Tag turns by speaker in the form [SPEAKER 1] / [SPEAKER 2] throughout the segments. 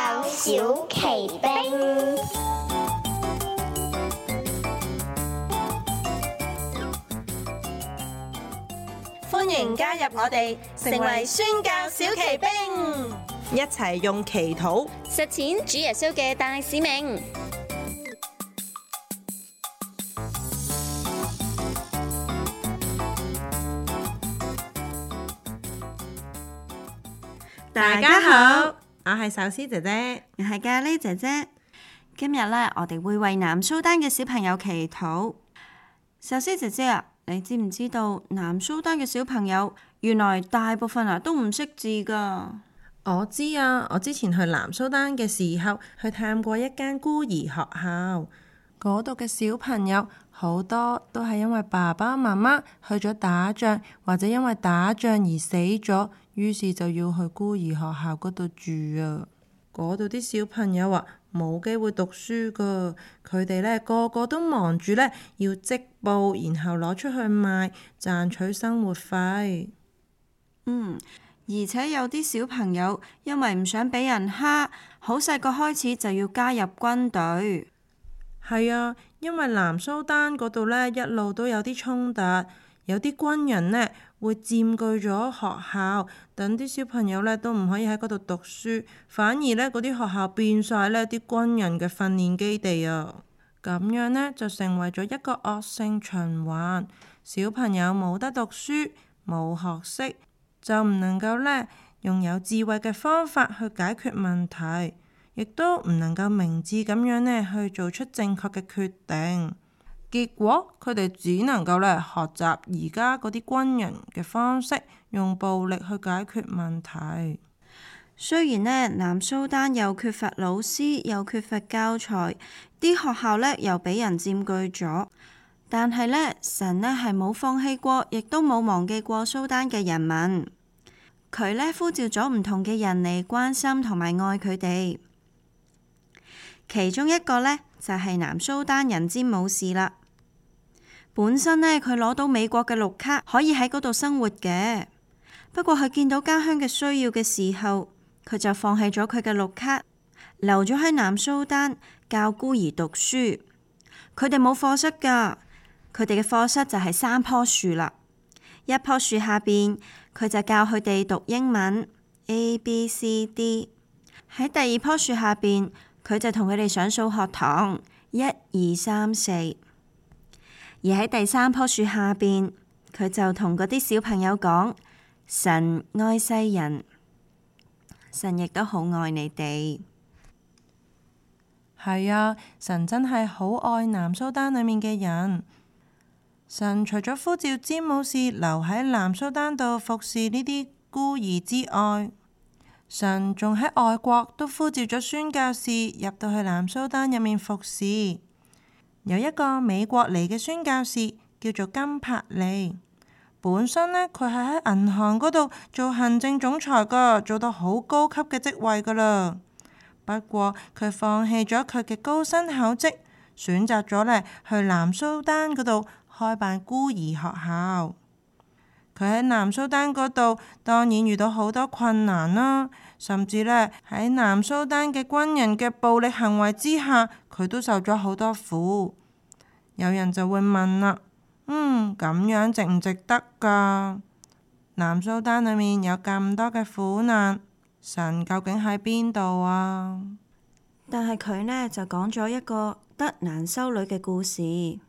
[SPEAKER 1] 小奇兵，
[SPEAKER 2] 歡迎加入我哋，成為宣教小騎兵，一齊用祈禱
[SPEAKER 3] 實踐主耶穌嘅大使命。
[SPEAKER 2] 大家好，我係壽司姐姐。
[SPEAKER 4] 我係咖喱姐姐。今日咧，我哋會為南蘇丹嘅小朋友祈禱。壽司姐姐啊，你知唔知道南蘇丹嘅小朋友原來大部分啊都唔識字噶？
[SPEAKER 2] 我知啊，我之前去南蘇丹嘅時候，去探過一間孤兒學校，嗰度嘅小朋友好多都係因為爸爸媽媽去咗打仗，或者因為打仗而死咗，於是就要去孤兒學校嗰度住啊。嗰度啲小朋友啊，冇機會讀書噶，佢哋咧個個都忙住咧要織布，然後攞出去賣，賺取生活費。
[SPEAKER 4] 嗯，而且有啲小朋友因為唔想俾人蝦，好細個開始就要加入軍隊。
[SPEAKER 2] 係啊，因為南蘇丹嗰度呢，一路都有啲衝突，有啲軍人呢會佔據咗學校，等啲小朋友呢都唔可以喺嗰度讀書，反而呢嗰啲學校變晒呢啲軍人嘅訓練基地啊，咁樣呢就成為咗一個惡性循環，小朋友冇得讀書，冇學識，就唔能夠呢用有智慧嘅方法去解決問題。亦都唔能夠明智咁樣呢去做出正確嘅決定，結果佢哋只能夠呢學習而家嗰啲軍人嘅方式，用暴力去解決問題。
[SPEAKER 4] 雖然呢，南蘇丹又缺乏老師，又缺乏教材，啲學校呢又俾人佔據咗，但係呢，神呢係冇放棄過，亦都冇忘記過蘇丹嘅人民。佢呢呼召咗唔同嘅人嚟關心同埋愛佢哋。其中一個呢，就係南蘇丹人詹姆士啦。本身呢，佢攞到美國嘅綠卡，可以喺嗰度生活嘅。不過佢見到家鄉嘅需要嘅時候，佢就放棄咗佢嘅綠卡，留咗喺南蘇丹教孤兒讀書。佢哋冇課室㗎，佢哋嘅課室就係三棵樹啦。一棵樹下邊，佢就教佢哋讀英文 A、B、C、D。喺第二棵樹下邊，佢就同佢哋上數學堂一、二、三、四。而喺第三棵樹下邊，佢就同嗰啲小朋友講。神愛世人，神亦都好愛你哋。
[SPEAKER 2] 係啊，神真係好愛南蘇丹裡面嘅人。神除咗呼召詹姆士留喺南蘇丹度服侍呢啲孤兒之外，神仲喺外國都呼召咗宣教士入到去南蘇丹入面服侍。有一個美國嚟嘅宣教士叫做金柏利，本身呢，佢係喺銀行嗰度做行政總裁㗎，做到好高級嘅職位㗎啦。不過佢放棄咗佢嘅高薪厚職，選擇咗呢去南蘇丹嗰度開辦孤兒學校。佢喺南蘇丹嗰度當然遇到好多困難啦，甚至呢喺南蘇丹嘅軍人嘅暴力行為之下，佢都受咗好多苦。有人就會問啦：嗯，咁樣值唔值得㗎？南蘇丹裡面有咁多嘅苦難，神究竟喺邊度啊？
[SPEAKER 4] 但係佢呢就講咗一個德蘭修女嘅故事。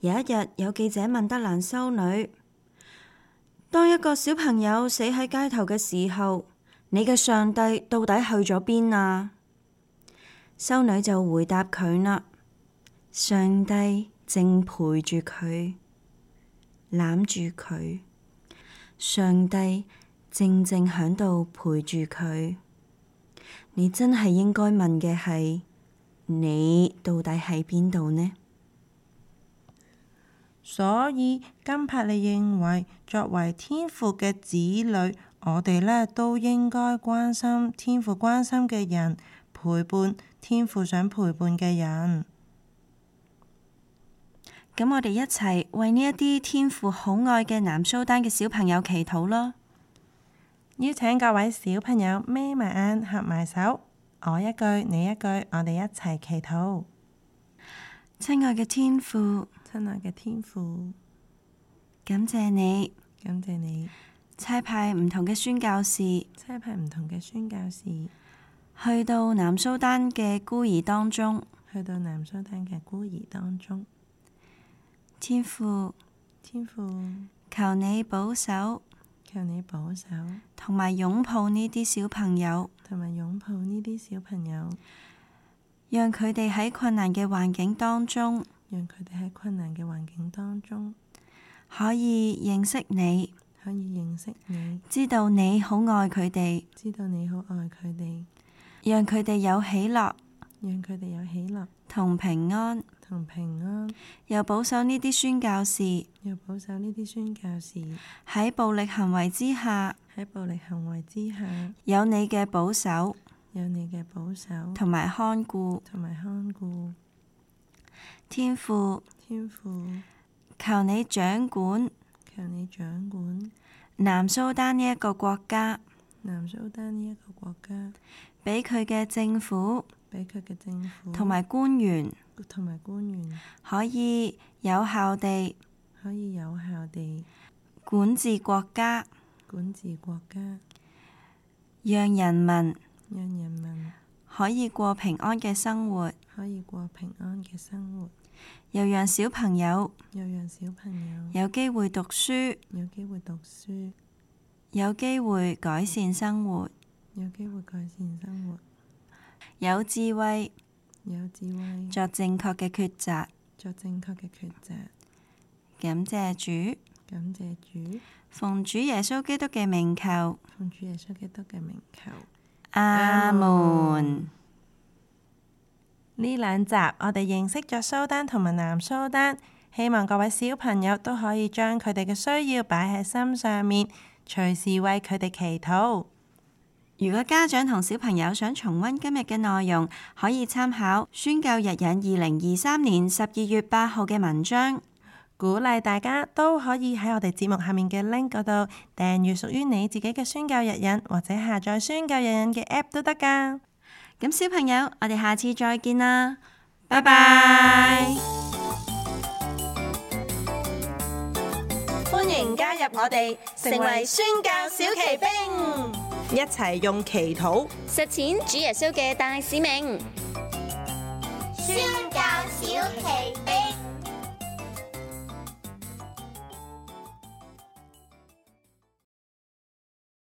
[SPEAKER 4] 有一日，有記者問德蘭修女：當一個小朋友死喺街頭嘅時候，你嘅上帝到底去咗邊啊？修女就回答佢啦：上帝正陪住佢，攬住佢，上帝正正響度陪住佢。你真係應該問嘅係，你到底喺邊度呢？
[SPEAKER 2] 所以金柏利認為，作為天父嘅子女，我哋呢都應該關心天父關心嘅人，陪伴天父想陪伴嘅人。
[SPEAKER 4] 咁我哋一齊為呢一啲天父好愛嘅南蘇丹嘅小朋友祈禱啦！
[SPEAKER 2] 邀請各位小朋友眯埋眼、合埋手，我一句你一句，我哋一齊祈禱。
[SPEAKER 4] 親愛嘅天父，
[SPEAKER 2] 親愛嘅天父，
[SPEAKER 4] 感謝你
[SPEAKER 2] 感謝你
[SPEAKER 4] 差派唔同嘅宣教士
[SPEAKER 2] 差派唔同嘅宣教士
[SPEAKER 4] 去到南蘇丹嘅孤兒當中。
[SPEAKER 2] 去到南蘇丹嘅孤兒當中。
[SPEAKER 4] 天父，
[SPEAKER 2] 天父，
[SPEAKER 4] 求你保守
[SPEAKER 2] 求你保守
[SPEAKER 4] 同埋擁抱呢啲小朋友，
[SPEAKER 2] 同埋擁抱呢啲小朋友，
[SPEAKER 4] 讓佢哋喺困難嘅環境當中
[SPEAKER 2] 讓佢哋喺困難嘅環境當中
[SPEAKER 4] 可以認識你，
[SPEAKER 2] 可以認識你，
[SPEAKER 4] 知道你好愛佢哋，
[SPEAKER 2] 知道你好愛佢哋，
[SPEAKER 4] 讓佢哋有喜樂
[SPEAKER 2] 讓佢哋有喜樂
[SPEAKER 4] 同平安。
[SPEAKER 2] 同平安。
[SPEAKER 4] 又保守呢啲宣教士
[SPEAKER 2] 又保守呢啲宣教士
[SPEAKER 4] 喺暴力行為之下，
[SPEAKER 2] 喺暴力行為之下，
[SPEAKER 4] 有你嘅保守
[SPEAKER 2] 有你嘅保守
[SPEAKER 4] 同埋看顧。
[SPEAKER 2] 同埋看顧。
[SPEAKER 4] 天父，
[SPEAKER 2] 天父，
[SPEAKER 4] 求你掌管
[SPEAKER 2] 求你掌管
[SPEAKER 4] 南蘇丹呢一個國家，
[SPEAKER 2] 南蘇丹呢一個國家，
[SPEAKER 4] 俾佢嘅政府
[SPEAKER 2] 俾佢嘅政府
[SPEAKER 4] 同埋官員
[SPEAKER 2] 同埋官員
[SPEAKER 4] 可以有效地
[SPEAKER 2] 可以有效地
[SPEAKER 4] 管治國家，
[SPEAKER 2] 管治國家，
[SPEAKER 4] 讓人民
[SPEAKER 2] 讓人民
[SPEAKER 4] 可以過平安嘅生活，
[SPEAKER 2] 可以過平安嘅生活，
[SPEAKER 4] 又讓小朋友
[SPEAKER 2] 又讓小朋友
[SPEAKER 4] 有機會讀書，
[SPEAKER 2] 有機會讀書，
[SPEAKER 4] 有機會改善生活，
[SPEAKER 2] 有機會改善生活，
[SPEAKER 4] 有智慧
[SPEAKER 2] 有智慧
[SPEAKER 4] 作正確嘅抉擇。
[SPEAKER 2] 作正確嘅抉擇。
[SPEAKER 4] 感謝主，
[SPEAKER 2] 感謝主，
[SPEAKER 4] 奉主耶穌基督嘅名求，
[SPEAKER 2] 奉主耶穌基督嘅名求。
[SPEAKER 4] 阿門。
[SPEAKER 2] 呢兩集我哋認識咗蘇丹同埋南蘇丹，希望各位小朋友都可以將佢哋嘅需要擺喺心上面，隨時為佢哋祈禱。
[SPEAKER 4] 如果家長同小朋友想重溫今日嘅內容，可以參考《宣教日引》二零二三年十二月八號嘅文章。
[SPEAKER 2] 鼓勵大家都可以喺我哋節目下面嘅 link 嗰度訂閱屬於你自己嘅宣教日引，或者下載宣教日引嘅 app 都得㗎。
[SPEAKER 4] 咁小朋友，我哋下次再見啦，拜拜。
[SPEAKER 2] 歡迎加入我哋，
[SPEAKER 3] 成為宣教小騎
[SPEAKER 2] 兵，一齊用祈禱
[SPEAKER 3] 實踐主耶穌嘅大使命。
[SPEAKER 1] 宣教小奇兵。